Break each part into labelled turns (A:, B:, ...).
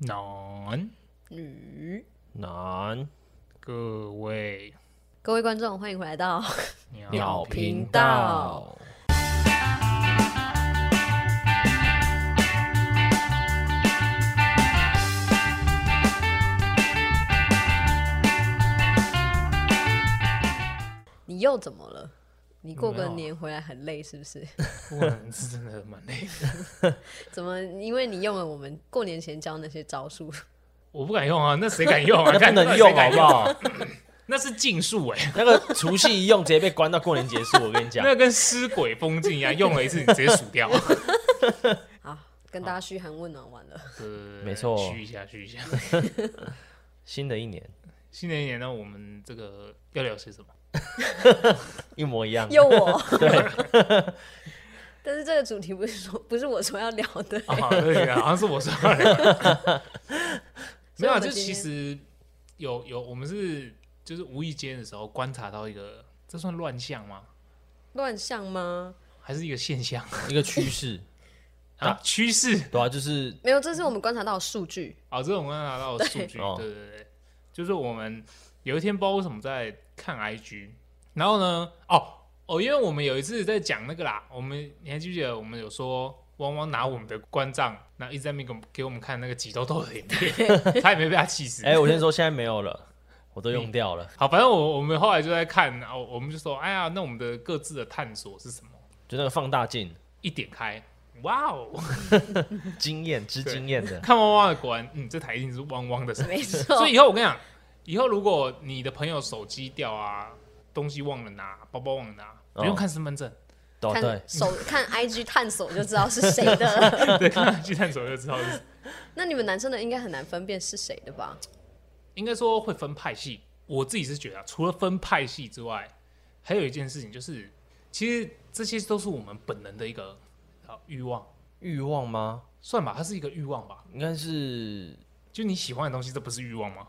A: 嗯
B: 男，
C: 女。
A: 男
B: 各位
C: 各位观众，欢迎回来到
A: 鸟
C: 频
A: 频
C: 道
A: 道，
C: 你又怎么了？你过
B: 没
C: 个
B: 有啊
C: 年回来很累是不是？
A: 啊
B: 不过人是真的蛮累的。
C: 怎么？因为你用了我们过年前教那些招 数，
B: 我不敢用啊，那谁敢用啊？
A: 那不
B: 干
A: 能用
B: 谁敢
A: 好不好？
B: 那是禁术 哎、
A: 那个除夕一用，直接被关到过年结束。我跟你 讲，
B: 那跟尸鬼封禁一样，用了一次你直接数 掉。
C: 好，跟大家嘘寒问暖完了。
B: 对对对对
A: 没错
B: 续一下，续一 下。
A: 新的一年
B: 新的一年呢，我们这个要聊些什么？
A: 一模一样。
C: 又我， 但是这个主题不是说不是我说要聊的，
B: 啊，对啊，好像是我说的。 没有啊，
C: 所以我们
B: 就
C: 今
B: 其
C: 天
B: 实有有，我们是就是无意间的时候观察到一个，这算乱象吗？
C: 乱象吗？
B: 还是一个现象
A: 一个趋势，
B: 啊？ 趋势
A: 对啊，就是
C: 没有，这是我们观察到的数据。
B: 哦，这种观察到的数据，
A: 哦
B: 对对对，就是我们有一天不知道为什么在看 IG，然后呢，哦哦，因为我们有一次在讲那个啦，我们你还记不记得我们有说汪汪拿我们的关账，然后一直在那边给我们给我们看那个挤痘痘的影 片，他也没被他气死。
A: 哎、我先说现在没有了，我都用掉了，
B: 好，反正我我们后来就在看，然后我们就说，哎呀，那我们的各自的探索是什么？
A: 就那个放大镜，
B: 一点开，哇哦，
A: 经验之经验的，
B: 看汪汪的果然，嗯，这台一定是汪汪的手机
C: 没错
B: 所以，以后我跟你讲，以后如果你的朋友手机掉啊，东西忘了拿，包包忘了拿，
A: 哦
B: 不用看身份证，
A: 哦对
C: 看， 手看 IG 探索就知道是谁的。
B: 对，看去探索就知道是。
C: 那你们男生的应该很难分辨是谁的吧？
B: 应该说会分派系，我自己是觉得啊、除了分派系之外，还有一件事情就是，其实这些都是我们本能的一个啊欲望，
A: 欲望吗？
B: 算吧，它是一个欲望吧。
A: 应该是，
B: 就你喜欢的东西，这不是欲望吗？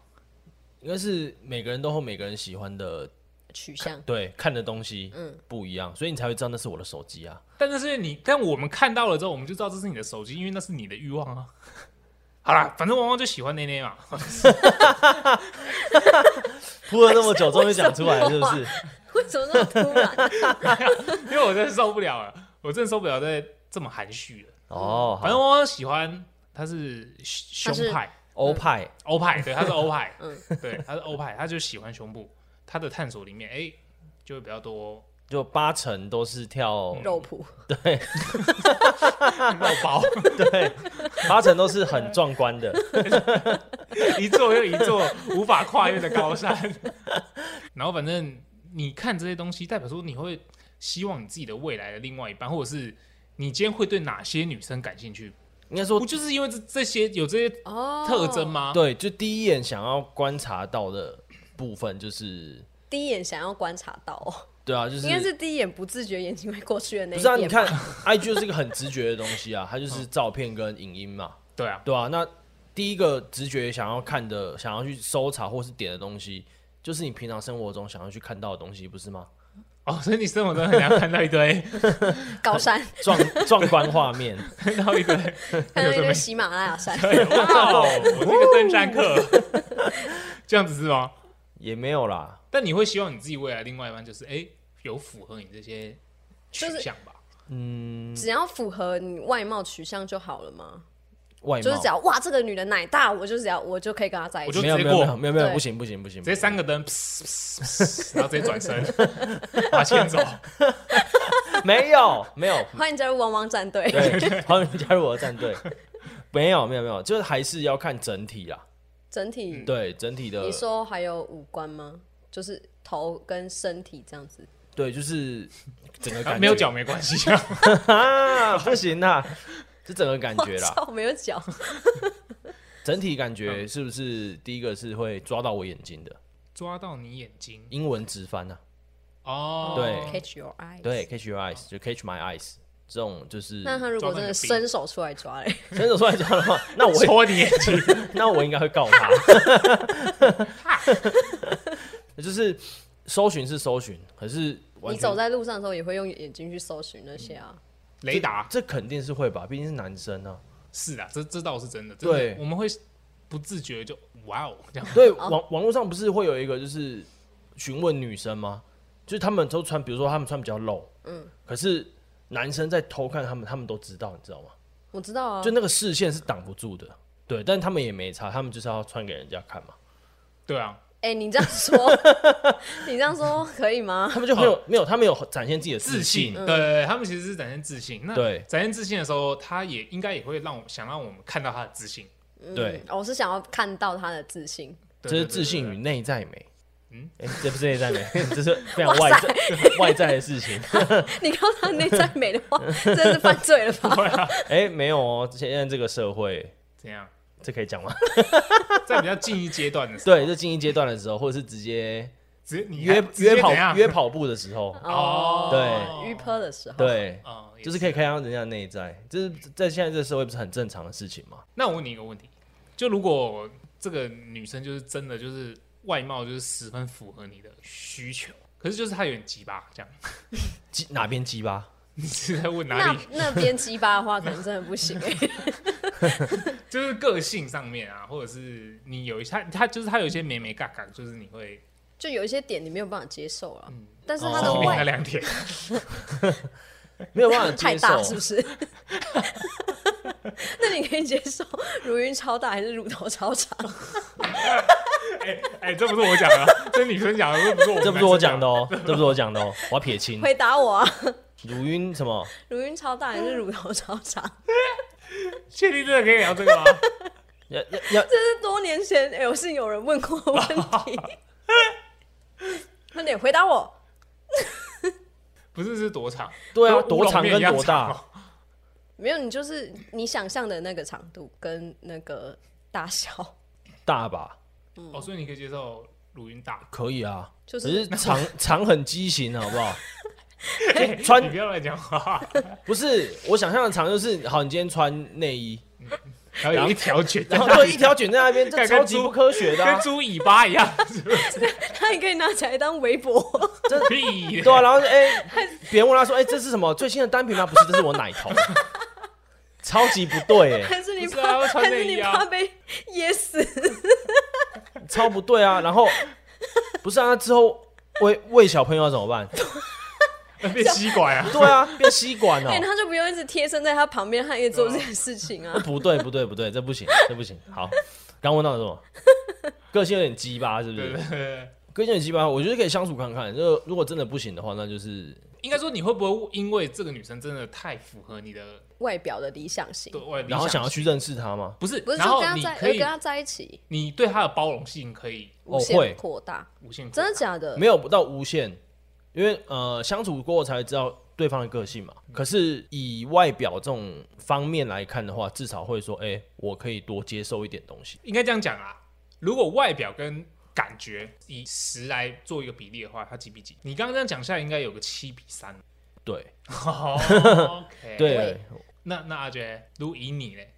A: 应该是每个人都和每个人喜欢的，
C: 取向
A: 对，看的东西，
C: 嗯
A: 不一样，所以你才会知道那是我的手机啊。
B: 但那是因为你，但我们看到了之后，我们就知道这是你的手机，因为那是你的欲望啊。 好啦，反正汪汪就喜欢内内嘛，
A: 铺了那么久，终于讲出来了，是 不是？
C: 为什么那么突然？
B: 因为我真的受不了了，我真的受不了在这么含蓄了。
A: 哦，
B: 反
C: 嗯
A: 好
B: 正汪汪喜欢他是胸
C: 他是
B: 胸派
A: 欧派，
B: 欧派，对，他是欧派，
C: 嗯
B: 对，他是欧派，他就喜欢胸部。他的探索里面，哎、就会比较多
A: 就八成都是跳，
C: 肉脯，
B: 肉包，
A: 对，八成都是很壮观的。
B: 一座又一座无法跨越的高山。 然后反正你看这些东西，代表说你会希望你自己的未来的另外一半，或者是你今天会对哪些女生感兴趣？
A: 应该说
B: 不就是因为这这些有这些
C: 哦，
B: 特征？吗？
A: 对，就第一眼想要观察到的部分就是，
C: 第一眼想要观察到哦、
A: 对啊，就是
C: 应该是第一眼不自觉眼睛会过去的那
A: 不
C: 一
A: 是啊？你
C: 眼吧。
A: 看，IG 就是一个很直觉的东西啊，它
B: 嗯
A: 就是照片跟影音嘛，
B: 对啊，
A: 对啊，那第一个直觉想要看的、想要去搜查或是点的东西，就是你平常生活中想要去看到的东西，不是吗？
B: 哦，所以你生活中很难看到一 堆
C: 高山
A: 壮壮观画 面，
B: 看到一堆，
C: 看到一
B: 有这
C: 堆
B: 么
C: 喜马拉雅 山，
B: 对，哇哦，我是一个登山客，这样子是吗？
A: 也没有啦。
B: 但你会希望你自己未来另外一半就是哎、诶有符合你这些取向吧？
A: 嗯
C: 只要符合你外貌取向就好了嘛。
A: 外貌
C: 就是只要哇，这个女的奶大，我就只要我就可以跟她在一
B: 我
C: 起
B: 就。
A: 没有
B: 直
A: 没
B: 接
A: 有没
B: 过
A: 有没有没有
C: 对
A: 不行不行不行，
B: 直接三个灯，噗噗噗噗然后直接转身，把线走。
A: 没有没有
C: 欢迎加入汪汪战队。
A: 对，欢迎加入我的战队。 没有没有没有，就是还是要看整体啦。
C: 整
B: 嗯
C: 体，
A: 对整体的，
C: 你说还有五官吗？就是头跟身体这样子。
A: 对，就是整个感觉
B: 没有脚没关系，
A: 啊，不行啦，这整个感觉啦，
C: 操，没有脚。
A: 整体感
B: 嗯
A: 觉是不是第一个是会抓到我眼睛的？
B: 抓到你眼睛
A: 英文直翻啊，
B: 哦。
A: 对
C: Catch your eyes。
A: 对。，catch your eyes 就 catch my eyes 这种就是
C: 那他如果真的伸手出来抓嘞，
A: 伸手出来抓的话，那我
B: 戳你眼睛，
A: 那我应该会告他。 就是搜寻是搜寻，可是完
C: 你
A: 全
C: 走在路上的时候也会用眼睛去搜寻那些
A: 嗯
C: 啊。
B: 雷达
A: 这肯定是会吧，毕竟是男生啊。
B: 是啊，这这倒是真的。真的
A: 对
B: 我们会不自觉就哇哦这样，
A: 对，网网络上不是会有一个就是询问女生吗？就是他们都穿，比如说他们穿比较露，嗯，可是男生在偷看他们，他们都知道，你知道吗？
C: 我知道啊
A: 就，那个视线是挡不住的，对，但他们也没差，他们就是要穿给人家看嘛，
B: 对啊，
C: 哎、你这样 说，你这样说可以吗？
A: 他们就很有、没有，他们有展现自己的
B: 自信，
A: 信，
B: 对对对，他们其实是展现自信。那
A: 嗯对
B: 展现自信的时候，他也应该也会让我想让我们看到他的自信，
A: 对，
C: 嗯，我是想要看到他的自信，
B: 对
A: 这
B: 对
A: 是
B: 对
A: 自信
B: 对
A: 与
B: 对
A: 内在美。嗯
B: 嗯，
A: 哎、这不是内在美，这是非常外在 外在的事情。
C: 你看到他内在美的话，真的是犯罪了吧？
A: 哎、没有哦，现在这个社会，
B: 怎样？
A: 这可以讲吗？
B: 在比较近一阶段的时候，
A: 对，就进一阶段的时候，或者是直接
B: 直接你还
A: 约
B: 直接
A: 约跑
B: 怎样
A: 约跑步的时 候，
B: 哦，
A: 对
C: 预科的时候，
A: 对，
B: 哦，也
A: 就是可以看到人家的内在，这是在现在这个社会不是很正常的事情吗？
B: 那我问你一个问题，就如果这个女生就是真的就是外貌就是十分符合你的需求，可是就是她有点鸡巴，这样
A: 鸡哪边鸡巴？
B: 你是在问哪
C: 那
B: 里？
C: 那边鸡巴的话，可能真的不行、 欸。
B: 就是个性上面啊，或者是你有一她她就是她有一些美美嘎嘎，就是你会
C: 就有一些点你没有办法接受了，但是他的
B: 上
A: 哦
B: 面那
C: 外
B: 两点，啊
A: 没有办法
C: 太
A: 接
C: 大是不
A: 受，
C: 是？那你可以接受乳晕超大还是乳头超长？
B: 哎哎，这不是我讲的，这是女生讲的，这不是我，
A: 这不是我讲的。哦，这不是我讲的哦，我要撇清。
C: 回答我啊，
A: 乳晕什么？
C: 乳晕超大还是乳头超长？
B: 确定真的可以聊这个吗？
A: 要要要
C: 这是多年前 L 是有人问过的问题。快点回答我，
B: 不是是多长？
A: 对啊
B: 跟乌龙
A: 多长
B: 面
A: 跟
B: 一样
A: 多大
B: 长哦？
C: 没有你就是你想象的那个长度跟那个大小，
A: 大吧？
C: 嗯
B: 哦，所以你可以接受乳晕 大。
A: 可以啊，
C: 就
A: 只是
C: 是
A: 长长很畸形，好不好？
B: 哎
A: 穿
B: 你不要乱讲话，
A: 不是，我想象的长就是，好，你今天穿内衣，
B: 然后有一条卷在
A: 然后
B: 那
A: 对
B: 里，
A: 一条卷在那边，这
B: 干
A: 超
B: 跟
A: 级
B: 猪
A: 不科学的啊、
B: 跟猪尾巴一 样，
C: 它也可以拿起来当围脖。
B: 屁！
A: 对啊，然后 哎，别、人问他说，哎、这是什么最新的单品吗？不是，这是我奶头，超级不对、哎，
C: 还是你
B: 不是啊
C: 怕？
B: 要穿
C: 还是
B: 内
C: 你
B: 衣啊
C: 怕被噎死？
A: 超不对啊。然后不是啊，那之后喂喂小朋友要怎么办？
B: 那变吸管 啊！
A: 对啊，变吸管哦、
C: 哎、他就不用一直贴身在他旁边，他也可以做这件事情 啊。
A: 不对，不对，不对，这不行，这不行。好，刚问到什么？个性有点鸡巴，是不
B: 对对
A: 是？
B: 对，
A: 个性有点鸡巴，我觉得可以相处看看。就如果真的不行的话，那就是
B: 应该说你会不会因为这个女生真的太符合你的
C: 外表的理想型
B: 对，外理
A: 然后想要
B: 型
A: 去认识他吗？
B: 不是，
C: 不是
B: 然
C: 说
B: 后
C: 跟他
B: 你
C: 在，呃
B: 可
C: 跟
B: 以哦
C: 他在一起
B: 你对她的包容性可以
A: 我
C: 无
A: 会
C: 限扩大，
B: 无限扩
C: 真
B: 大
C: 的假的？
A: 没有不到无限，因为呃相处过后才会知道对方的个性嘛。可是以外表这种方面来看的话，至少会说，哎、我可以多接受一点东西。
B: 应该这样讲啊。如果外表跟感觉以十来做一个比例的话，它几比几？你刚刚这样讲下来，应该有个七比三。哦
A: 对
B: OK，
A: 对
C: 对，
B: 那那阿杰，如果以你嘞，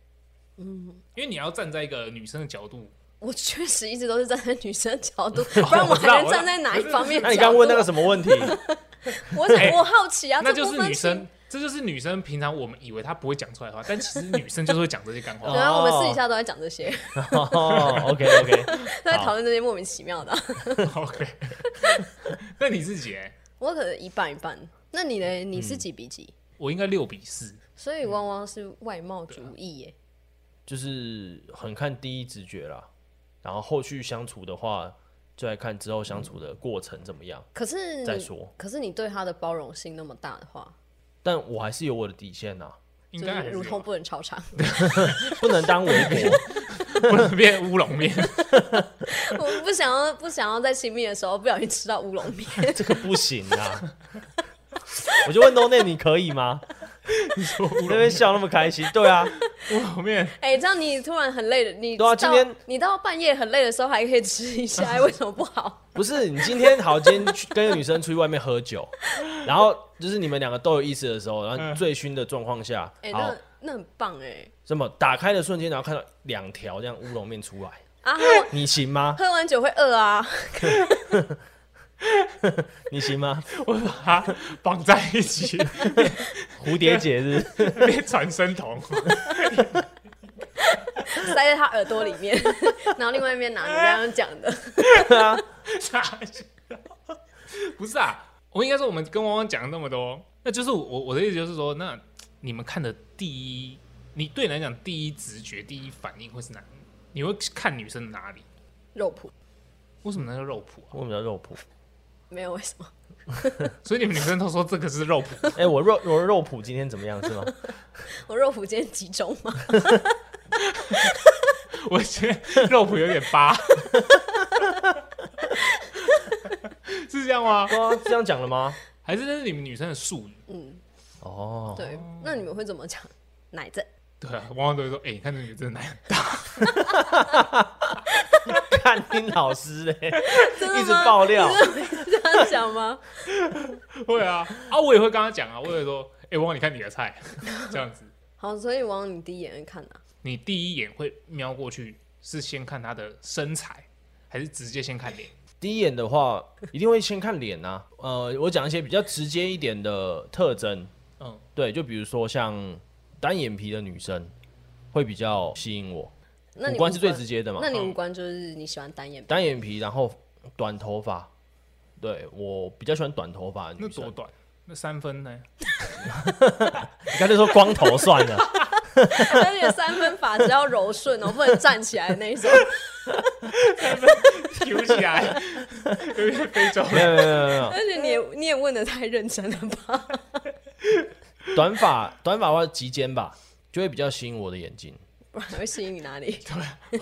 B: 嗯，因为你要站在一个女生的角度，
C: 我确实一直都是站在女生的 角度，不然我还能站在哪一方面？
A: 那你刚刚问那个，什么问题？
C: 我想
B: 哎
C: 我好奇啊，
B: 那
C: 这
B: 就
C: 部
B: 是
C: 分
B: 女生，这就是女生平常我们以为她不会讲出来的话，但其实女生就是会讲这些干话。
C: 对啊，我们私底下都在讲这些，
A: 哦，OK OK，
C: 都在讨论这些莫名其妙的啊、
B: 哦 OK，那你自己、欸，
C: 我可能一半一半，那你呢？你
B: 嗯
C: 是几比几？
B: 我应该六比四，
C: 所以汪汪是外貌主义耶，
A: 就是很看第一直觉啦，然后后续相处的话，就来看之后相处的过程怎么样、
C: 可是
A: 再
C: 你，
A: 说。
C: 可是你对他的包容性那么大的话，
A: 但我还是有我的底线呐、
B: 应
C: 就
B: 该还
C: 是
B: 是
C: 乳
B: 有啊
C: 头不能超长。
A: 不能当围脖。
B: 不能变乌龙面。
C: 我不想要，不想要在亲密的时候不小心吃到乌龙面。
A: 这个不行啊！我就问 No 内你可以吗？你那边笑那么开心，对啊，
B: 乌龙面
C: 哎、这样你突然很累的，你
A: 对
C: 到
A: 啊今天
C: 你到半夜很累的时候还可以吃一下， 为什么不好？
A: 不是你今天好，今天去跟一个女生出去外面喝酒，然后就是你们两个都有意思的时候，然后醉醺的状况下，
C: 哎、
A: 好
C: 那那很棒哎、
A: 什么打开的瞬间，然后看到两条这样乌龙面出来，
C: 啊，喝
A: 你行吗？
C: 喝完酒会饿啊，
A: 你行吗？
B: 我把它绑在一 起，
A: 蝴蝶结是不是
B: 变传声筒。
C: 塞在他耳朵里面， 然后另外一边拿你刚刚讲的，
A: 啊
B: 傻笑 不是啊，我应该说我们跟汪汪讲了那么多，那就是我我我的意思就是说，那你们看的第一，你对你来讲第一直觉、第一反应会是哪？你会看女生哪里？
C: 肉脯
B: 为什么那叫肉脯啊？
A: 我比较肉脯，
C: 没有为什么？
B: 所以你们女生都说这个是肉脯，
A: 哎、我肉我肉脯今天怎么样是吗？
C: 我肉脯今天集中吗？
B: 我觉得肉脯有点巴，是这样吗？
A: 哇，啊这样讲了吗？
B: 还是那是你们女生的术语？
C: 嗯，
A: 哦，
C: 对。那你们会怎么讲？奶子？
B: 对啊，汪汪都会说，哎、你看这个女生奶很大，
A: 看听老师嘞、
C: 真的
A: 一直
C: 吗
A: 爆料
C: 你真的会这样讲吗？
B: 会啊，啊，我也会跟她讲啊，我也会说，哎、汪汪，你看你的菜，这样子。
C: 好，所以往你第一眼会看啊哪？
B: 你第一眼会瞄过去是先看她的身材，还是直接先看脸？
A: 第一眼的话，一定会先看脸呐、呃，我讲一些比较直接一点的特征，
B: 嗯，
A: 对，就比如说像单眼皮的女生会比较吸引我，
C: 那你
A: 五官是最直接的嘛
C: 那你
B: 嗯
C: 五官就是你喜欢单眼皮？
A: 单眼皮，然后短头发，对我比较喜欢短头发的
B: 那
A: 女生
B: 多。短？那三分呢？
A: 你刚才说光头算了，
C: 而且三分法只要柔顺哦，不能站起来那一种。
B: 挑起来，有点非洲。
A: 没有没有没有没有，
C: 而且你也你也问的太认真了吧？
A: 短发短发或者及肩吧，就会比较吸引我的眼睛，
C: 不然会吸引你 哪里？
B: 啊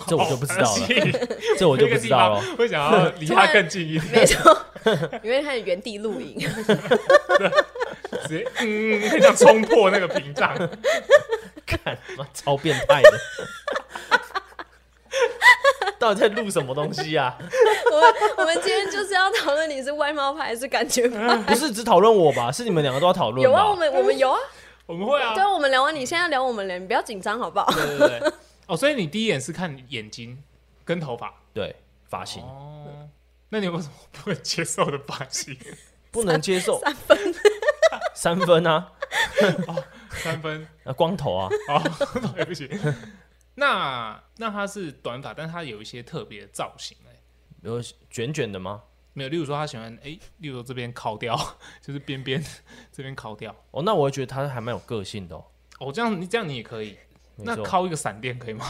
A: 这 我就不知道了，
B: 了，
A: 这我就不知道了。
B: 会想要离他更近一点，
C: 没错，你会开始原地 录影，
B: 直接嗯，很想冲破那个屏障。
A: 看，妈超变态的， 到底在录什么东西啊？
C: 我们我们今天就是要讨论你是外貌派还是感觉
B: 嗯
C: 派。
A: 不是只讨论我吧？是你们两个都要讨论
C: 有啊，
A: 吧
C: 我们我们有啊，
B: 我们会啊
C: 对，啊，我们聊完你现在聊我们了，你不要紧张好不好？
B: 对对对。哦，所以你第一眼是看眼睛跟头发
A: 对发型
B: 哦。那你为什么不能接受我的发型？
A: 不能接受三分， 三分啊，
B: 三分
A: 啊光头啊，
B: 哦，对不起。那那他是短发，但他有一些特别的造型哎、
A: 有卷卷的吗？
B: 没有，例如说他喜欢哎、例如说这边烤掉，就是边边 这边烤掉。
A: 哦，那我会觉得他还蛮有个性的哦。
B: 哦，这样你这样你也可以。
A: 没
B: 那
A: 错
B: 敲一个闪电可以 吗？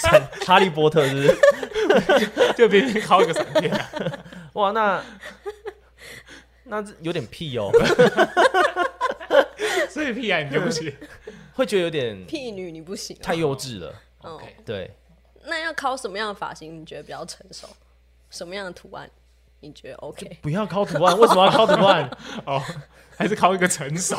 A: 闪哈利波特是不是？
B: 就边边敲一个闪电、啊。
A: 哇，那那这有点屁哦，
B: 所以屁啊眼你就不行。
A: 会觉得有点
C: 屁女
B: 嗯
C: 你不行啊，
A: 太幼稚了。
C: 嗯
B: OK，
A: 对，
C: 那要靠什么样的发型你觉得比较成熟？什么样的图案你觉得 OK？
A: 不要靠图案，为什么要靠图案？
B: 哦，还是敲一个成熟。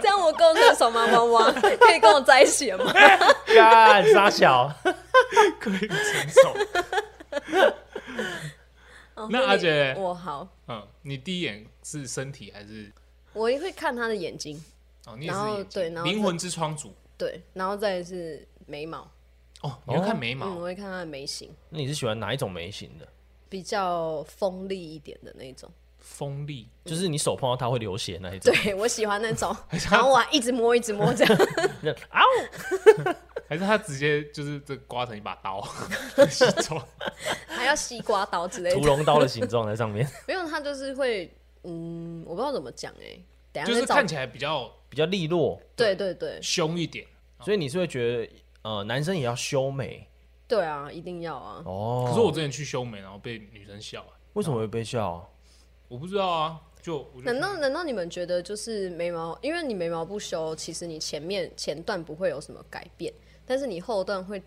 C: 这样我够成熟吗？汪汪，可以跟我在一起 了吗？
A: 干傻小，
B: 可以成熟。
C: 哦
B: 那
C: 你
B: 阿杰
C: 我好，
B: 嗯，你第一眼是身体还是？
C: 我也会看他的眼睛，
B: 哦，你也是
C: 然后
B: 眼睛
C: 对然后
B: 灵魂之窗主。
C: 对，然后再来是眉毛，
B: 哦，你要看眉毛。
C: 嗯，我会看他的眉形，
A: 那你是喜欢哪一种眉型的？
C: 比较锋利一点的那种。
B: 锋利，
A: 就是你手碰到它会流血那一种。
C: 对我喜欢那种，然后我还一直摸一直摸这样，
A: 那啊呜，
B: 还是他直接就是这刮成一把 刀， 走
C: 还要西瓜刀之类
A: 屠
C: 的。
A: 龙刀的形状在上面，
C: 没有，他就是会，嗯，我不知道怎么讲哎、等一
B: 就
C: 下
B: 是
C: 再
B: 看
C: 找。
B: 起来比较
A: 比较利落，
C: 对对对
B: 凶一点。
A: 所以你是会觉得呃，男生也要修眉
C: 对啊，一定要啊！
A: 哦。
B: 可是我之前去修眉，然后被女生笑、欸
A: 为什么会被笑？
B: 我不知道啊，就我就
C: 难道难道你们觉得就是眉毛，因为你眉毛不修，其实你前面前段不会有什么改变，但是你后段会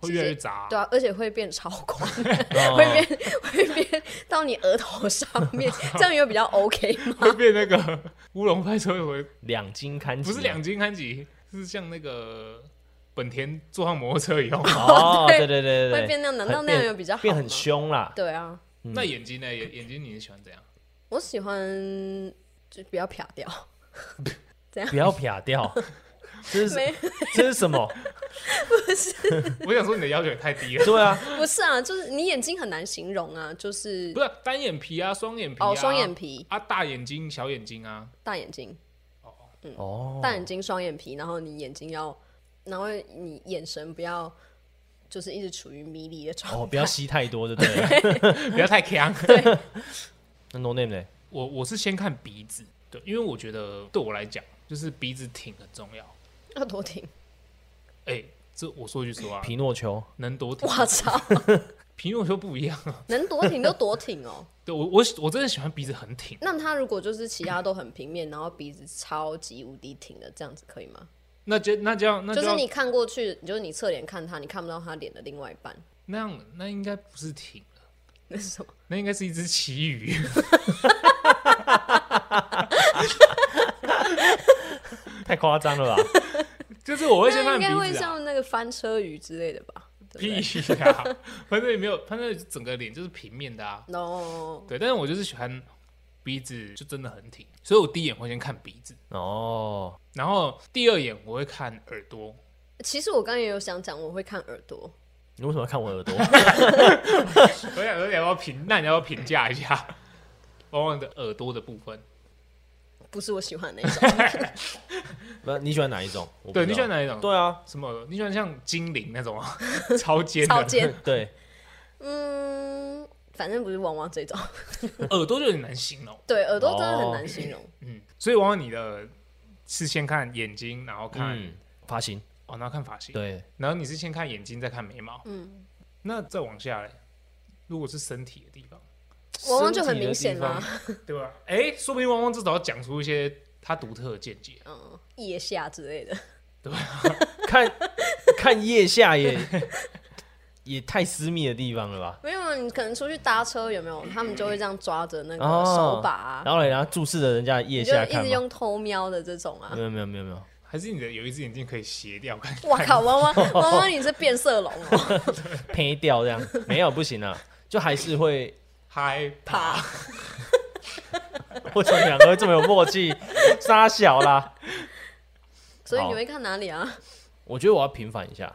B: 会越来越杂、
C: 对啊，而且会变超 宽，
A: 哦
C: 会变 会变到你额头上 面，这样有比较 OK 吗？
B: 会变那个乌龙派车回，
A: 两斤看
B: 不是两斤看几，是像那个本田坐上摩托车一样。
A: 哦，
C: 对
A: 对对对对，
C: 会变那样难道
A: 很
C: 那样
A: 变
C: 有比较好
A: 变很
C: 吗
A: 凶啦？
C: 对啊，
B: 那眼睛呢？眼眼睛你是喜欢怎样？
C: 我喜欢就不要撇掉，
A: 不要撇掉，这是
C: 没
A: 这是什么？
B: 我想说你的要求也太低 了，
A: 对啊，
C: 不是啊，就是你眼睛很难形容啊，就是
B: 不是单眼皮啊，双眼皮啊，
C: 哦双眼皮、
B: 啊，大眼睛、小 眼睛啊，
C: 大眼睛、
A: 哦，
C: 大眼睛、双眼皮，然后你眼睛要然后你眼神不要就是一直处于迷离的状态。
A: 哦，不要吸太多，对不 对？
B: 不要太强。
A: 那 no name 呢？
B: 我我是先看鼻子，对，因为我觉得对我来讲，就是鼻子挺很重要。
C: 要多挺，
B: 哎、这我说句实话，啊
A: 皮诺丘，
B: 能多挺，
C: 我操，
B: 皮诺丘不一样 啊。
C: 能多挺就多挺哦。
B: 对我我我真的喜欢鼻子很挺，
C: 那他如果就是其他都很平面，然后鼻子超级无敌挺的，这样子可以吗？
B: 那就那就要那
C: 就
B: 就是要
C: 你看过去，你就是你侧脸看他，你看不到他脸的另外一半，
B: 那样，那应该不是挺了，
C: 那是什么？
B: 那应该是一只旗鱼。
A: 太夸张了吧？
B: 就是我会先
C: 那
B: 看
C: 应该
B: 鼻
C: 会
B: 子啊，
C: 像那个翻车鱼之类的吧？
B: 屁呀、 反正也没有，反正整个脸就是平面的啊。
C: no，
B: 对，但是我就是喜欢鼻子就真的很挺，所以我第一眼会先看鼻子，
A: 哦，
B: 然后第二眼我会看耳朵，
C: 其实我刚刚也有想讲，我会看耳朵，
A: 你为什么要看我耳朵？
B: 我想说你要不要评，那你要不要评价一下 往往的耳朵的部分？
C: 不是我喜欢的那 种。
A: 不，你喜欢哪一种？我不
B: 对，
A: 知
B: 你
A: 道
B: 喜欢？哪一种？
A: 对啊，
B: 什么耳朵？你喜欢像精灵那种啊， 超尖
C: 超
B: 的
C: 尖，
A: 对，
C: 嗯，反正不是汪汪这种。
B: 耳朵就有点难形容。
C: 对，耳朵真的很
A: 哦
C: 难形 容。
B: 嗯，所以往往你的是先看眼睛，然后看、
A: 嗯，发型，
B: 哦，然后看发型，
A: 对，
B: 然后你是先看眼睛，再看眉毛，
C: 嗯，
B: 那再往下嘞，如果是身体的地方，
C: 汪汪就很明显啦
A: 身体的地。
B: 对吧？哎，说不定汪汪至少要讲出一些他独特的见
A: 哦
B: 解。
C: 嗯，腋下之类的，
A: 方，看 看腋下也 也太私密的地方了吧？
C: 没有你可能出去搭车有没有？他们就会这样抓着那个
A: 哦
C: 手把、啊，
A: 然后嘞，然后注视着人家的
C: 你
A: 腋
C: 就
A: 下
C: 一
A: 看
C: 直
A: 吗？
C: 用偷瞄的这种啊
A: 没。有没有没有没有，
B: 还是你的有一只眼睛可以斜掉看，
C: 哇靠，汪 汪汪汪，你是变色龙哦、
A: 呸掉这样，没有不行啊，就还是会。
B: 嗨，
C: 啪！
A: 为什么你们两个会这么有默契？ 沙小啦，
C: 所以
A: 好
C: 你会看哪里啊？
A: 我觉得我要平反一下。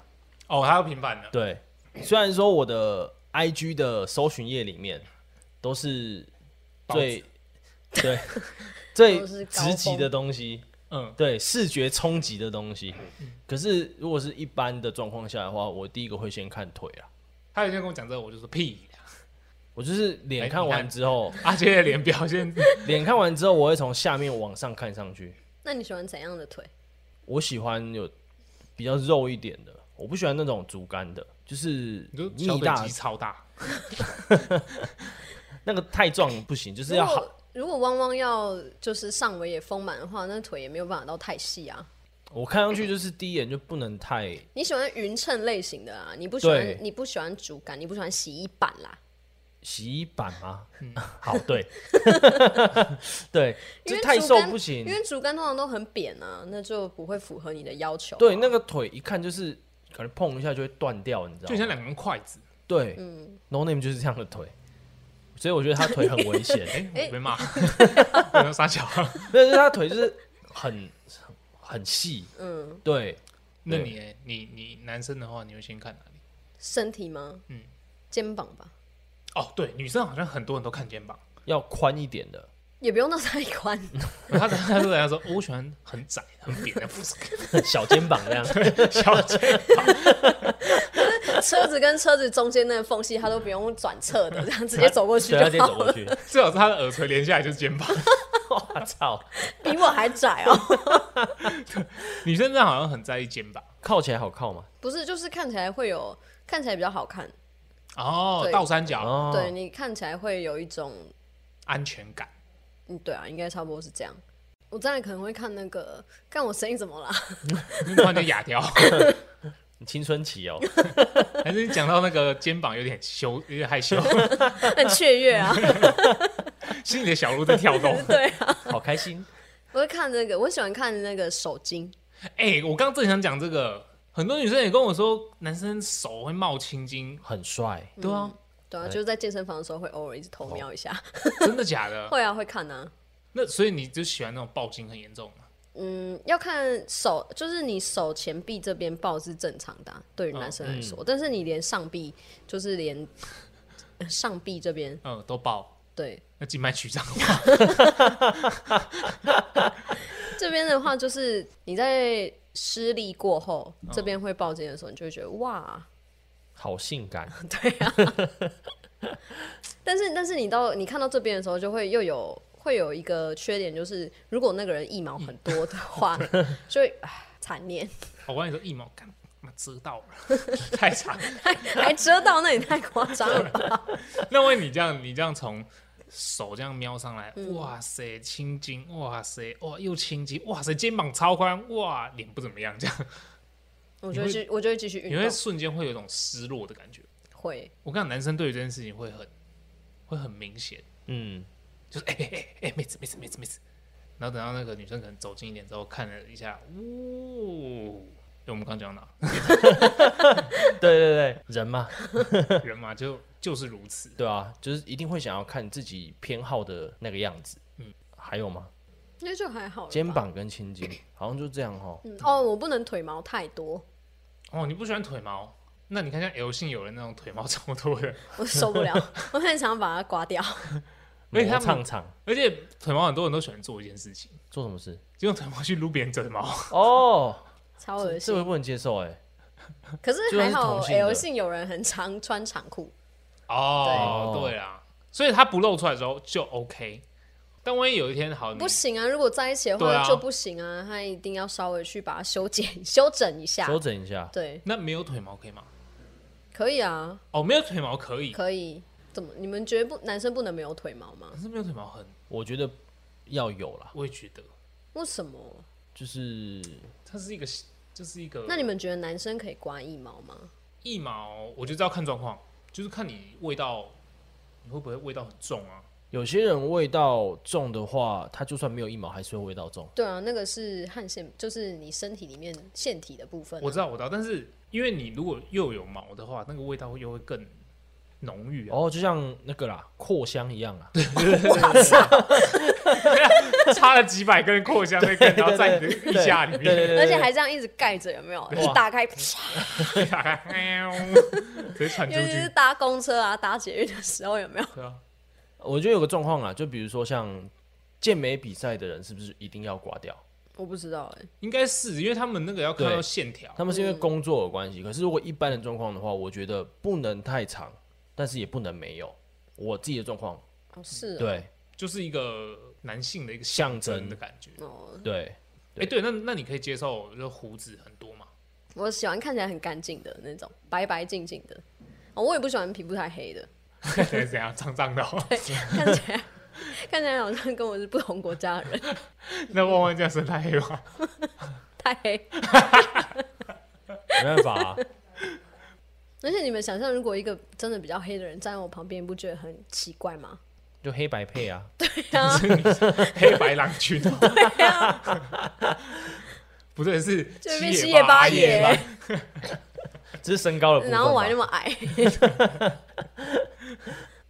B: 哦，他要平反了，
A: 对，虽然说我的 IG 的搜寻页里面都是最 对最
C: 都是高
A: 直击
C: 峰
A: 的东西，
B: 嗯，
A: 对视觉冲击的东西。可是如果是一般的状况下的话，我第一个会先看腿啊。
B: 他有一天跟我讲这个，我就说屁啦，
A: 我就是脸
B: 哎
A: 看
B: 你
A: 完
B: 看
A: 之后，
B: 阿杰的脸表现，
A: 脸看完之后，我会从下面往上看上去。
C: 那你喜欢怎样的腿？
A: 我喜欢有比较肉一点的，我不喜欢那种竹竿的，就是
B: 你说小腿
A: 蜜大
B: 肌超大，
A: 那个太壮不行，就是
C: 如
A: 要好。
C: 果如果汪汪要就是上围也丰满的话，那腿也没有办法到太细啊。
A: 我看上去就是第一眼就不能太
C: 你喜欢匀称类型的啊？你不喜欢
A: 对
C: 你不喜欢竹竿，你不喜欢洗衣板啦？
A: 洗衣板吗？ 好， 对，对，
C: 嗯因
A: 就
C: 为
A: 太
C: 竹
A: 瘦
C: 竿
A: 不行
C: 因。为竹竿通常都很扁啊，那就不会符合你的要求啊、
A: 对，那个腿一看就是可能碰一下就会断掉，你知
B: 就
A: 道
B: 像
A: 吗？
B: 两根筷子。。
A: 对，嗯，No Name 就是这样的腿，所以我觉得他腿很危险
B: 哎、我被骂，我要撒小。
A: 但是他腿就是很很细，
C: 嗯，
A: 对，
B: 那你欸你你男生的话，你会先看哪里？
C: 身体吗？
B: 嗯，
C: 肩膀吧，
B: 哦，对，女生好像很多人都看肩膀。
A: 要宽一点的。
C: 也不用到太宽。
B: 他他说人家说，哦我喜欢很窄很扁的，不 是
A: 小肩膀 这样，
B: 小姐。
C: 车子跟车子中间那个缝隙，它都不用转侧的，这样直接走过去
A: 对，他直接
C: 就
A: 走
C: 好
A: 过
C: 了。
A: 去。
B: 最好是他的耳垂连下来就是肩膀。
A: 我操，
C: 比我还窄哦、
B: 女生真的好像很在意肩膀。
A: 靠起来好靠吗？
C: 不是，就是看起来会有，看起来比较好看。
B: 哦，
C: 对
B: 倒三角
A: 哦，
C: 对你看起来会有一种，
B: 安全 感。
C: 嗯，对啊，应该差不多是这样。我再来可能会看那个，看我声音怎么啦？
B: 因为突然间哑掉，
A: 你青春期哦，
B: 还是你讲到那个肩膀有点羞，有点害羞，
C: 很 雀跃啊，
B: 心里的小鹿在跳 动。
C: 对啊，
A: 好开心。
C: 我会看那个，我喜欢看那个手巾，
B: 哎、我刚正想讲这个，很多女生也跟我说，男生手会冒青筋。
A: 很帅，
B: 对啊，
C: 对啊，
A: 对
C: 就是在健身房的时候会偶尔一直偷瞄一下，
B: 嗯真的假的？
C: 会啊，会看啊。
B: 那所以你就喜欢那种爆筋很严重吗？
C: 嗯，要看手，就是你手前臂这边抱是正常的啊、对于男生来说，但是你连上臂，就是连 呃上臂这边，
B: 嗯，都爆。
C: 对
B: 那静脉曲张，
C: 这边的话，就是你在失利过后，这边会抱肩的时候，你就会觉得哇，
A: 好性感，
C: 但是但是你到你看到这边的时候，就会又有会有一个缺点，就是如果那个人一毛很多的话，就会唉惨念，
B: 我跟你说，一毛干，妈遮到了， 太长。
C: 还遮到，那也太夸张了 吧？
B: 那万一你这样，你这样从手这样瞄上来，
C: 嗯
B: 哇塞，青筋，哇塞，哇又青筋，哇塞，肩膀超宽，哇，脸不怎么样，这样
C: 我就会继我就会继续
B: 你
C: 运
B: 会
C: 动，
B: 瞬间会有一种失落的感觉。
C: 会
B: 我跟你讲，男生对于这件事情会很会很明显，
A: 嗯，
B: 就是哎哎哎哎，妹子妹子妹子妹子，然后等到那个女生可能走近一点之后看了一下，呜、就我们刚讲到 哪
A: 对对对，人嘛，
B: 人嘛，就就是如此。
A: 对啊，就是一定会想要看自己偏好的那个样子，嗯，还有吗？
C: 那就还好了吧。
A: 肩膀跟青筋，好像就这样哈，
C: 嗯哦，我不能腿毛太多，
B: 哦，你不喜欢腿毛？那你看像 L 姓有人那种腿毛超多的，
C: 我受不了， 我很想把它刮掉。
B: 因为他们
A: 磨唱唱
B: 而且腿毛很多人都喜欢做一件事情，
A: 做什么事？
B: 就用腿毛去撸别人腿毛。
A: 哦，
C: 超恶
A: 这我
C: 心。
A: 也不能接受哎，
C: 可是
A: 就算
C: 还
A: 是
C: 好
A: 同性的
C: L 性有人很常穿长裤，
B: 哦，
A: 对
B: 对啦，所以他不露出来的时候就 OK，但万一有一天好，你
C: 不行啊！如果在一起的
B: 对
C: 话
B: 啊
C: 就不行啊，他一定要稍微去把它修剪、 修整一下。
A: 修整一下，
C: 对，
B: 那没有腿毛可以吗？
C: 可以啊，
B: 哦，没有腿毛可以，
C: 可以。怎么？你们觉得不男生不能没有腿毛吗
B: 可？是没有腿毛很，
A: 我觉得要有啦，
B: 我也觉得
C: 为什么？
A: 就是
B: 它是一个，就是一个。
C: 那你们觉得男生可以刮腋毛吗？
B: 腋毛，我觉得要看状况，就是看你味道，你会不会味道很重啊？
A: 有些人味道重的话，他就算没有一毛，还是会味道重。
C: 对啊，那个是汗腺，就是你身体里面腺体的部分啊、
B: 我知道，我知道，但是因为你如果又有毛的话，那个味道又会更浓郁啊。
A: 哦，就像那个啦，扩香一样啊，
B: 插了几百根扩香那根，然后在你的腋下里面，
C: 而且还这样一直盖着，有没有？一打开，啪
B: 打开，直接传出
C: 尤其是
B: 去。
C: 搭公车啊、搭捷运的时候，有没有？
B: 对啊，
A: 我觉得有个状况啊，就比如说像健美比赛的人，是不是一定要刮掉？
C: 我不知道哎、
B: 应该是因为他们那个要看到
A: 对
B: 线条，
A: 他们是
C: 嗯
A: 因为工作有关系。可是如果一般的状况的话，我觉得不能太长，但是也不能没有。我自己的状况，
C: 哦，是哦
A: 对
B: 就是一个男性的一个
A: 象
B: 征
A: 征
B: 的感觉。
C: 哦，
A: 对，
B: 哎，对，那那你可以接受就是胡子很多嘛？
C: 我喜欢看起来很干净的那种，白白净净的。哦，我也不喜欢皮肤太黑的，
B: 对，怎样脏脏的哦？
C: 看起来看起来好像跟我是不同国家的人，
B: 那万万这样生太黑吗？
C: 太黑。
A: 没办法、啊，
C: 而且你们想象，如果一个真的比较黑的人站在我旁边，你不觉得很奇 怪吗？
A: 就黑白 配啊。
B: 黑白狼群哦。不对，是
C: 就变
B: 七
C: 啊七
B: 野
C: 野
B: 八
C: 八
B: 野吧
C: 野，
A: 只是身高的部分吧。
C: 然后我还那么矮。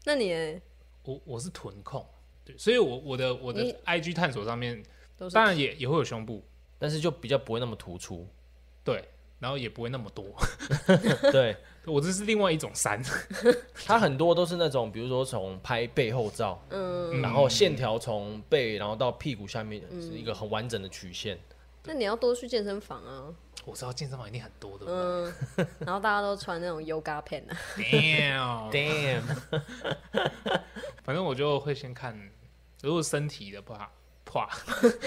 C: 那你呢
B: 我我是臀控，对，所以我我的我的
C: 你
B: IG 探索上面，
C: 都是
B: 当然也也会有胸部，
A: 但是就比较不会那么突出。
B: 对，然后也不会那么多。
A: 对，
B: 我这是另外一种山，
A: 它很多都是那种，比如说从拍背后照，
C: 嗯，
A: 然后线条从背，然后到屁股下面是一个很完整的曲线。
C: 那你要多去健身 房啊，
B: 我知道健身房一定很多的。
C: 嗯，然后大家都穿那种 yoga pant 啊，嗯
B: Damn，
A: Damn，
B: 反正我就会先看，如果身体的话，话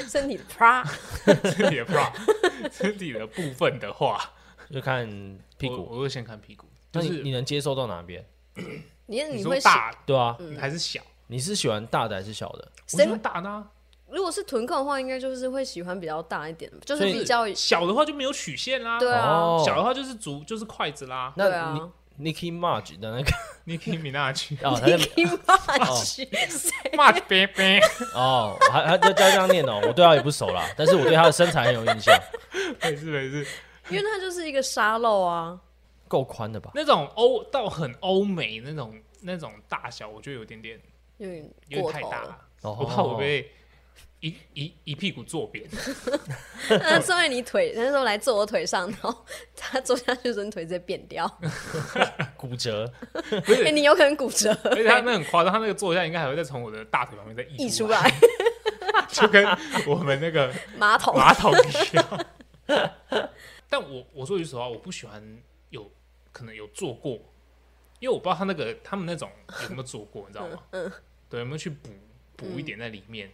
C: 身体啪，
B: 身体的话， 身体的部分的话，
A: 就看屁
B: 我
A: 股，
B: 我会先看屁股，
A: 那
B: 就
A: 你
B: 是
A: 你能接受到哪边？
C: 你
B: 你
C: 会
B: 说
C: 喜
B: 大嗯
A: 对啊，
C: 嗯
B: 还是小？
A: 你是喜欢大的还是小的？
B: 我
C: 谁
B: 喜欢
C: 会
B: 大的啊，
C: 如果是臀控的话，应该就是会喜欢比较大一点，就是
A: 所以
C: 比较
B: 小的话就没有曲线啦，
C: 对啊
A: 哦
B: 小的话就是足就是筷子啦。
C: 对
A: 那
C: 啊
A: 你。Nicki Minaj 的那 个
B: 你可以米娜去
A: 哦，他在
C: Nicki Minaj，谁
B: Much baby，
A: 哦，还还就这样念哦，我对他也不熟啦，但是我对他的身材很有印象，
B: 没事没事。
C: 因为他就是一个沙漏啊，
A: 够宽的吧？
B: 那种欧到很欧美那种那种大小，我觉得有点点
C: 有点
B: 有
C: 过
B: 点太
C: 头
B: 大
C: 了。
B: 了，
A: 哦
B: 我怕我被一一一屁股坐扁。
C: 那是因为你腿，那时候来坐我腿上，然后他坐下去的时候，你腿直接扁掉，
A: 骨折，
C: 哎你有可能骨折，
B: 而且他那很夸张，他那个坐下应该还会再从我的大腿旁边再溢
C: 溢
B: 出
C: 出
B: 来，
C: 来
B: 就跟我们那个
C: 马桶。
B: 马桶一样。 但我我说句实话，我不喜欢有可能有做过，因为我不知道他那个他们那种有没有做过，你知道吗？嗯，对，有没有去补补一
C: 嗯
B: 点在里面？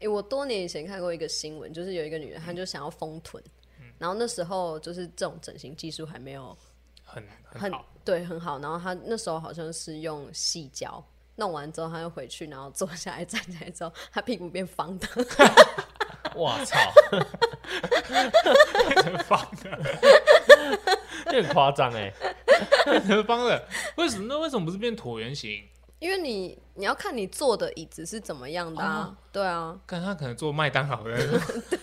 C: 诶，哎我多年以前看过一个新闻，就是有一个女人，她就想要丰臀，
B: 嗯
C: 然后那时候就是这种整形技术还没有
B: 很很
C: 很
B: 好，
C: 对很好，然后她那时候好像是用细胶弄完之后，她又回去，然后坐下来站起来之后，她屁股变方的，
A: 哇操，
B: 很棒的，
A: 这很夸张 哎，
B: 很棒的。 为什么？那为什么不是变椭圆形？
C: 因为你你要看你坐的椅子是怎么样的啊，对啊，
B: 看他可能做麦当劳的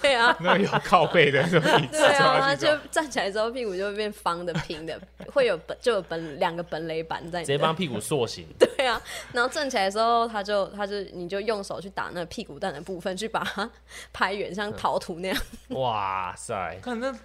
C: 对啊，
B: 那有靠背的那种椅子，
C: 对啊，
B: 抓
C: 她
B: 去抓
C: 就站起来之后屁股就会变方的、平的，会有本就有本两个本垒板在
A: 直
C: 你
A: 接
C: 的
A: 帮屁股塑形，
C: 对啊，然后站起来的时候，他就他就你就用手去打那屁股蛋的部分，去把它拍远，像陶土那样。
A: 哇塞，
B: 看那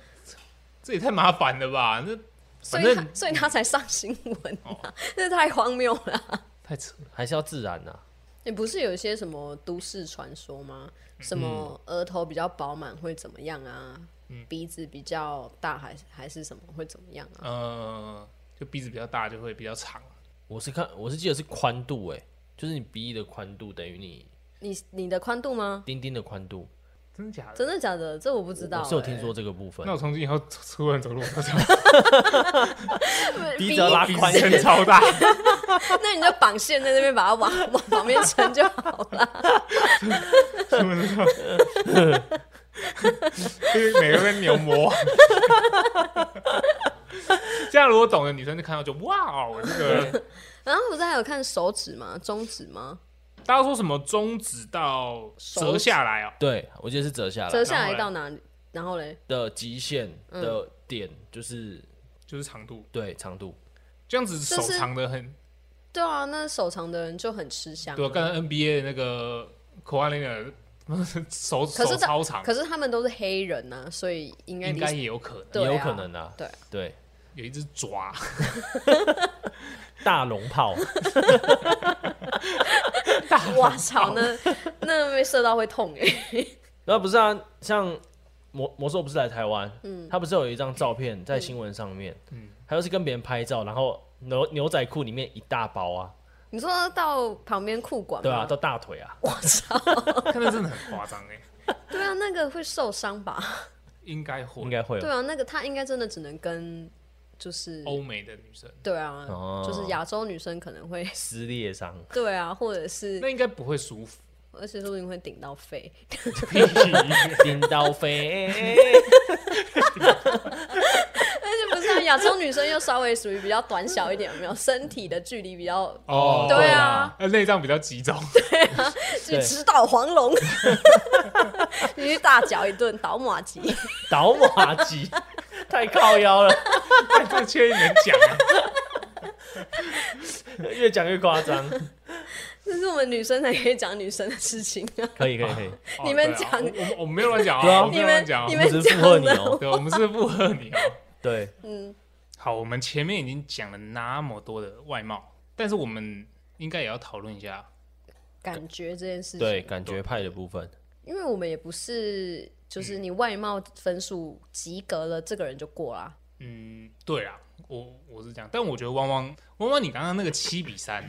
B: 这也太麻烦了吧？那
C: 所
B: 反
C: 以他
B: 正
C: 所以他才上新闻啊， 这太荒谬了啊。
B: 太扯了。
A: 还是要自然呐、
C: 你不是有一些什么都市传说吗？什么额头比较饱满会怎么样啊？鼻子比较大还是还是什么会怎么样啊？
B: 呃，就鼻子比较大就会比较长，
A: 我是看，我是记得是宽度哎、就是你鼻翼的宽度等于你
C: 你你的宽度吗？
A: 丁丁的宽度，
B: 真的假的？
C: 真的假的？这我不知道、
A: 我
C: 欸。
A: 是有听说这个部分
B: 那。我从今以后出出门走 路，我都这样
A: 鼻
C: 鼻
A: 子要拉
B: 鼻
A: 宽一
B: 子
A: 点
B: 伸，超大，
C: 那你就绑线在那边，把它往 往旁边撑就好了。
B: 出门都这样，就是每个跟牛魔。这样如果懂的女生就看到就哇哦，这个
C: 然后不是还有看手指吗？中指吗？
B: 大家说什么中指到
C: 手
B: 折
C: 指
B: 下来哦，
A: 对啊我记得是折下来
C: 折嗯下来
B: 然后
C: 到哪里？然后嘞，
A: 的极限的点，就是
B: 就是长度，
A: 对长度，
B: 这样子手
C: 这是
B: 长的很
C: 对啊，那手长的人就很吃香啊。
B: 对，刚才 NBA 的那个 k a w h i Leonard 手
C: 可
B: 手
C: 是他
B: 超长，
C: 可是他们都是黑人呐、所以应该
B: 啊应
C: 理
B: 该也有可能
C: 对啊
A: 也有可能啊。
C: 对
A: 对，
B: 有一只爪，
A: 大龙 炮，
C: 哇操，那那被射到会痛哎、
A: 那不是啊，像魔魔兽不是来台湾，
C: 嗯
A: 他不是有一张照片在新闻上面，
B: 嗯
A: 他就是跟别人拍照，然后牛牛仔裤里面一大包啊，
C: 你说到旁边裤管吗？
A: 对啊，到大腿啊，
B: 看的真的很夸张哎，
C: 对啊，那个会受伤吧？
B: 应该会
A: 应该会
C: 对
A: 有
C: 啊，那个他应该真的只能跟就是
B: 欧美的女生，
C: 对啊，
A: 哦
C: 就是亚洲女生可能会
A: 撕裂伤，
C: 对啊，或者是
B: 那应该不会舒服，
C: 而且说不定会顶到肺。
B: 屁
A: 尖刀飞，
C: 但是不是啊？亚洲女生又稍微属于比较短小一点，有没 有？身体的距离比较，
B: 哦，
C: 对啊
B: 那内脏比较集中，
C: 就直捣黄龙， 你去大脚一顿倒马吉，
A: 倒马鸡， 太靠腰了，
B: 但这确实能讲 啊，
A: 越讲越夸张，
C: 这是我们女生才可以讲女生的事情啊！
A: 可以可以可以，
B: 哦
C: 你们
B: 对啊
C: 讲
B: 我我我们没有乱讲
A: 对啊
B: 啊，我们没
C: 你
B: 有乱
C: 们
B: 讲啊，
C: 你
A: 我们
C: 们
A: 只是附和
C: 讲
A: 你
C: 的，
A: 哦
B: 对，我们是附和你哦。
A: 对，
C: 嗯，
B: 好，我们前面已经讲了那么多的外貌，但是我们应该也要讨论一下，
C: 感觉这件事
A: 对，
C: 情，
A: 感觉派的部分，
C: 因为我们也不是就是你外貌分数及格了，这个人就过啦。
B: 嗯，对啊，我我是这样，但我觉得汪汪汪汪，你刚刚那个七比三。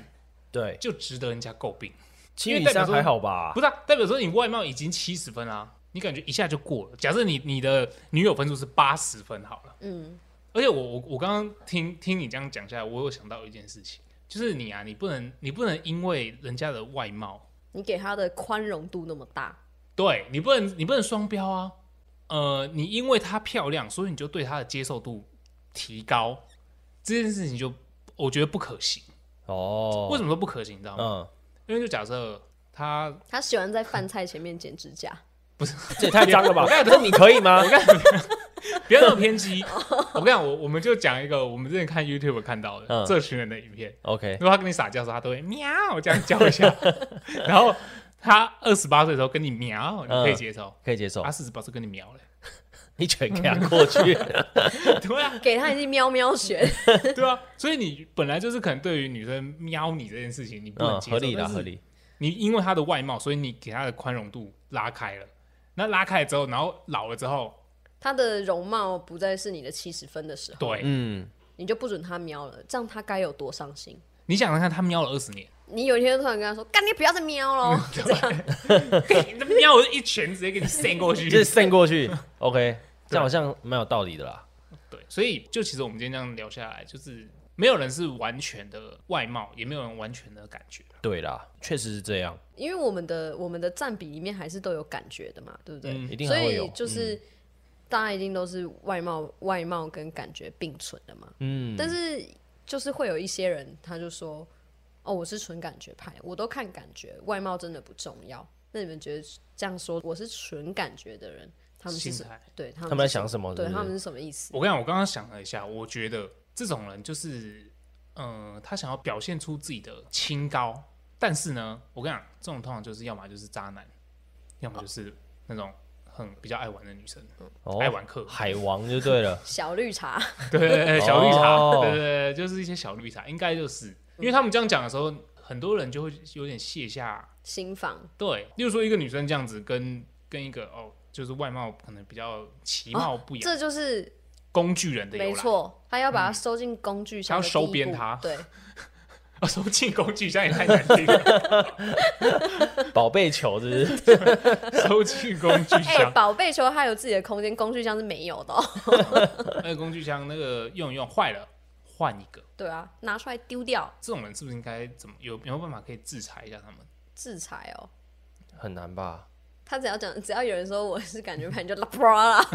A: 对，
B: 就值得人家诟病。
A: 七比三还好吧？
B: 不是、啊，代表说你外貌已经七十分啦、啊你感觉一下就过了。假设你你的女友分数是八十分好了，
C: 嗯，
B: 而且我我我刚刚听听你这样讲下来，我有想到一件事情，就是你啊，你不能你不能因为人家的外貌，
C: 你给他的宽容度那么大，
B: 对你不能你不能双标啊。呃，你因为她漂亮，所以你就对她的接受度提高，这件事情就我觉得不可行。
A: 哦，
B: 为什么说不可行？你知道吗？
A: 嗯，
B: 因为就假设她
C: 他喜欢在饭菜前面剪指甲，
A: 这也太脏了吧
B: 我刚才？
A: 那你可以吗？
B: 不要那么偏 激。我跟你讲，我我们就讲一个我们之前看 YouTube 看到的、
A: 嗯
B: 这群人的影片，
A: OK，
B: 如果他跟你撒娇的时候，他都会喵这样叫一下， 然后他二十八岁的时候跟你喵，
A: 嗯
B: 你可以接受。
A: 可以接受
B: 他，四十八岁跟你喵嘞，
A: 你全给他啊过 去。嗯
B: 对啊，
C: 给他一记喵喵旋。
B: 对啊，所以你本来就是可能对于女生喵你这件事情，你不能
A: 嗯，
B: 接受，
A: 合理啦，
B: 但是
A: 合理。
B: 你因为她的外貌，所以你给她的宽容度拉开了，那拉开之后，然后老了之后，
C: 他的容貌不再是你的七十分的时候，
B: 对，
A: 嗯，
C: 你就不准他瞄了，这样他该有多伤心？
B: 你想想看，他瞄了二十年，
C: 你有一天突然跟他说：“干，你不要再瞄喽！”这样
B: 你他瞄我一拳直接给你扇过去
A: 这渗过 去，OK，这样好像蛮有道理的啦。
B: 对，所以就其实我们今天这样聊下来，就是没有人是完全的外貌，也没有人完全的感觉。
A: 对啦，确实是这样，
C: 因为我们的我们的占比里面还是都有感觉的嘛，对不对？
B: 嗯
A: 一定
C: 所
A: 还会有嗯
C: 以就是、大家一定都是外貌外貌跟感觉并存的嘛。
A: 嗯，
C: 但是就是会有一些人，他就说：“哦，我是纯感觉派，我都看感觉，外貌真的不重要。”那你们觉得这样说我是纯感觉的人，他们是
B: 心
C: 什
B: 态
C: 对他们
A: 他们在
C: 是什
A: 想什么
C: 对
A: 是不
C: 他
A: 是
C: 们是什么意思？
B: 我跟你讲，我刚刚想了一下，我觉得这种人就是，嗯、他想要表现出自己的清高，但是呢，我跟你讲，这种通常就是要么就是渣男，要么就是那种很比较爱玩的女生，
A: 哦
B: 爱玩客，
A: 海王就对 了，
C: 小绿茶，
B: 对 对对，小绿茶，
A: 哦
B: 对对对，就是一些小绿茶，应该就是因为他们这样讲的时候，很多人就会有点卸下
C: 新房
B: 对，例如说一个女生这样子跟跟一个哦，就是外貌可能比较其貌不扬、
C: 这就是
B: 工具人的由来，
C: 没错，他要
A: 嗯
C: 把它收进工具
B: 他
C: 箱
B: 要
C: 的第一步，
B: 收编它
C: 对，
B: 啊，说进工具箱也太难听 了，
A: 宝贝球是不是？
B: 收进工具
C: 哎、
B: 箱，
C: 宝贝球它有自己的空间，工具箱是没有的、哦。
B: 那个工具箱那个用一用坏了，换一个。
C: 对啊，拿出来丢掉，
B: 这种人是不是应该怎么有有没有办法可以制裁一下他们？
C: 制裁哦。
A: 很难吧？
C: 他只要讲，只要有人说我是感觉派，你就拉布拉 啦。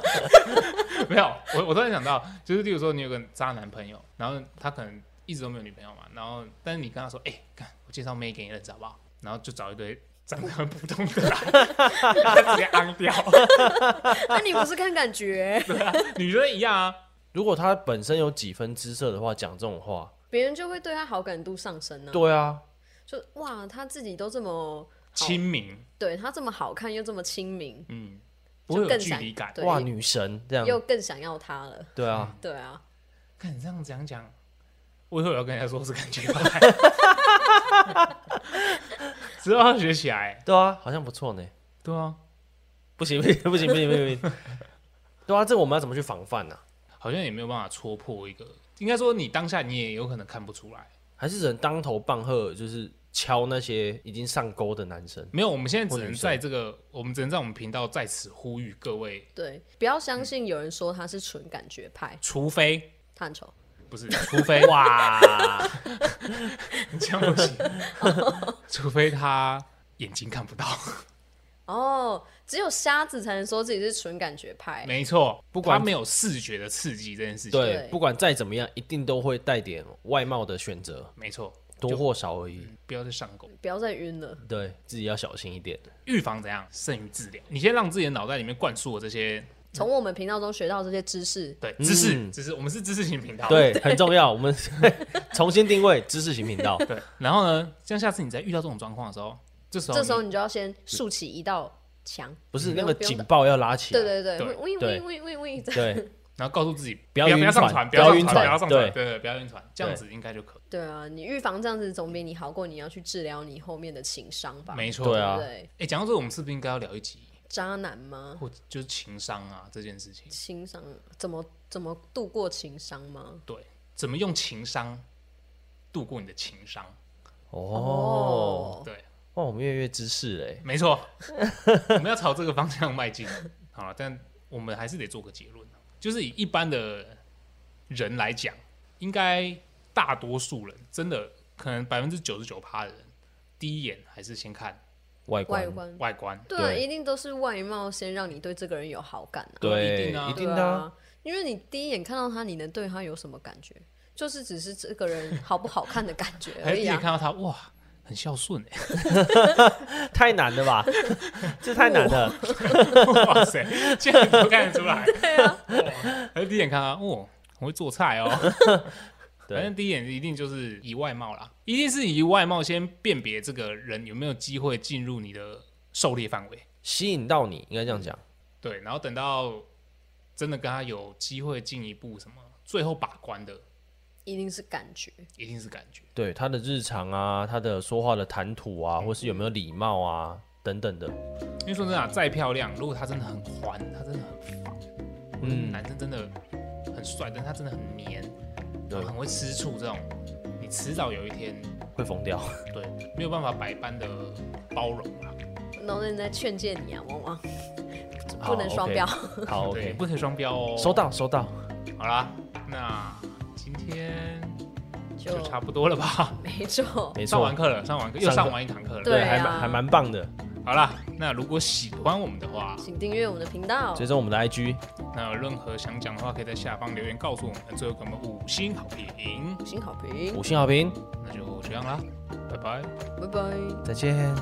B: 没有，我我突然想到，就是例如说你有个渣男朋友，然后他可能一直都没有女朋友嘛，然后但是你跟他说，哎、看我介绍妹给你认识好不好？然后就找一堆长得很普通的啦，他直接昂掉。
C: 那、你不是看感 觉，
B: 女生一样啊，
A: 如果他本身有几分姿色的话，讲这种话，
C: 别人就会对他好感度上升呢、
A: 对啊，
C: 就哇，他自己都这么好
B: 亲民，
C: 对他这么好看，又这么亲民，
B: 嗯，不会
C: 就
B: 有
C: 更
B: 距
C: 想
B: 离感。
C: 对
A: 哇，女神这
C: 又
A: 样，
C: 更想要他了。
A: 对啊，
C: 对啊，
B: 看你这样讲讲，我以后也要跟人家说我是感觉派， 之后要学起
C: 嗯
B: 来。
A: 对啊，好像不错呢。
B: 对啊，
A: 不行不行不行不行不行，不 行对啊，这我们要怎么去防范呢、啊
B: 好像也没有办法戳破一个，应该说你当下你也有可能看不出来。
A: 还是人当头棒喝，就是敲那些已经上钩的男生。
B: 没有，我们现在只
A: 或
B: 能
A: 女生
B: 在这个，我们只能在我们频道在此呼吁各位，
C: 对，不要相信有人说他是纯感觉派，
B: 除非
C: 他很丑。
B: 不是，除非
A: 哇，
B: 你 这样不行，除非他眼睛看不到，
C: 哦，只有瞎子才能说自己是纯感觉派。
B: 没错，不
A: 管
B: 他没有视觉的刺激这件事情，
A: 对
C: 对，
A: 不管再怎么样，一定都会带点外貌的选择，
B: 没错，
A: 多或少而已。
B: 不要再上
A: 嗯
B: 钩。
C: 不要再晕了，
A: 对自己要小心一点。
B: 预防怎样胜于治疗？你先让自己的脑袋里面灌输我这些
C: 从我们频道中学到这些知识，
B: 对知识，
A: 嗯
B: 知识，我们是知识型频道。
A: 对，很重要。我们 重新定位知识型频道。
B: 对，然后呢，这样下次你再遇到这种状况的时候，这时候
C: 这时候
B: 你
C: 你就要先竖起一道墙。
A: 不是
C: 嗯
A: 那个
C: 不用
A: 警报要拉起
C: 对
A: 来，
C: 对对，
B: 对
C: 喂喂
A: 对
C: 喂喂喂，这样
A: 对，
B: 然后告诉自己
A: 不要
B: 不要
A: 晕
B: 上
A: 船
B: 船，
A: 不
B: 要
A: 要
B: 上
A: 晕
B: 船，不要
A: 船
B: 上船，
A: 对
B: 对对，不要晕船，这样
A: 对
B: 子应该就可以。
C: 对啊，你预防这样子总比你好过你要去治疗你后面的情商吧？
B: 没错，
A: 对啊
C: 对不对？
B: 哎，讲到这个，我们是不是应该要聊一集，
C: 渣男吗？
B: 或就是情商啊这件事情？
C: 情商怎么怎么度过情商吗？
B: 对，怎么用情商度过你的情商？
A: 哦，，
B: 对，
A: 哇，我们越来越知识嘞、
B: 没错，我们要朝这个方向迈进。好了，但我们还是得做个结论，啊就是以一般的人来讲，应该大多数人真的可能百分之九十九趴的人，第一眼还是先看
A: 外观，
C: 外观。
B: 外观。
C: 对啊，
A: 对
C: 一定都是外貌先让你对这个人有好感啊。
B: 一定
A: 对，
B: 啊
A: 一定
C: 对
A: 的啊、
C: 啊，因为你第一眼看到他，你能对他有什么感觉？就是只是这个人好不好看的感觉
B: 还是
C: 而
B: 哎第一
C: 已
B: 眼
C: 啊。
B: 看到他，哇，很孝顺哎、
A: 太难了吧？这太难了。
B: 哇塞，这样你都看得出 来。对啊，还是第一眼看到他，哦，很会做菜哦。反
A: 对
B: 正第一眼一定就是以外貌啦，一定是以外貌先辨别这个人有没有机会进入你的狩猎范围。
A: 吸引到你，应该这样讲。
B: 对，然后等到真的跟他有机会进一步什么，最后把关的
C: 一定是感觉，
B: 一定是感觉。
A: 对他的日常啊，他的说话的谈吐啊，或是有没有礼貌啊，等等的。
B: 因为说真的、啊，再漂亮，如果她真的很欢，她真的很烦，或者是
A: 嗯
B: 男生真的很帅，但他真的很黏，然
A: 对
B: 后很会吃醋这种，你迟早有一天
A: 会疯掉，
B: 对没有办法百般的包容啊，
C: 然后人在劝诫你啊，汪汪，
A: 好
C: 不能双标。。
A: OK 好
B: 对，
A: ，OK，
B: 不可以双标哦。
A: 收。到收到。
B: 好啦，那今天
C: 就
B: 就差不多了吧？
C: 没错，
A: 没
B: 上
A: 错
B: 完，课了，上完课又
A: 上
B: 上
A: 课
B: 完一堂课了。
C: 对
A: 还
C: 啊
A: 蛮还蛮棒的。
B: 好啦，那如果喜欢我们的话，
C: 请订阅我们的频道
A: 追。踪我们的 IG，
B: 那有任何想讲的话，可以在下方留言告诉我们，最后给我们五星好评。
C: 五星好评，
A: 五星好评，
B: 那就这样啦，拜拜。
C: 拜拜。
A: 再见。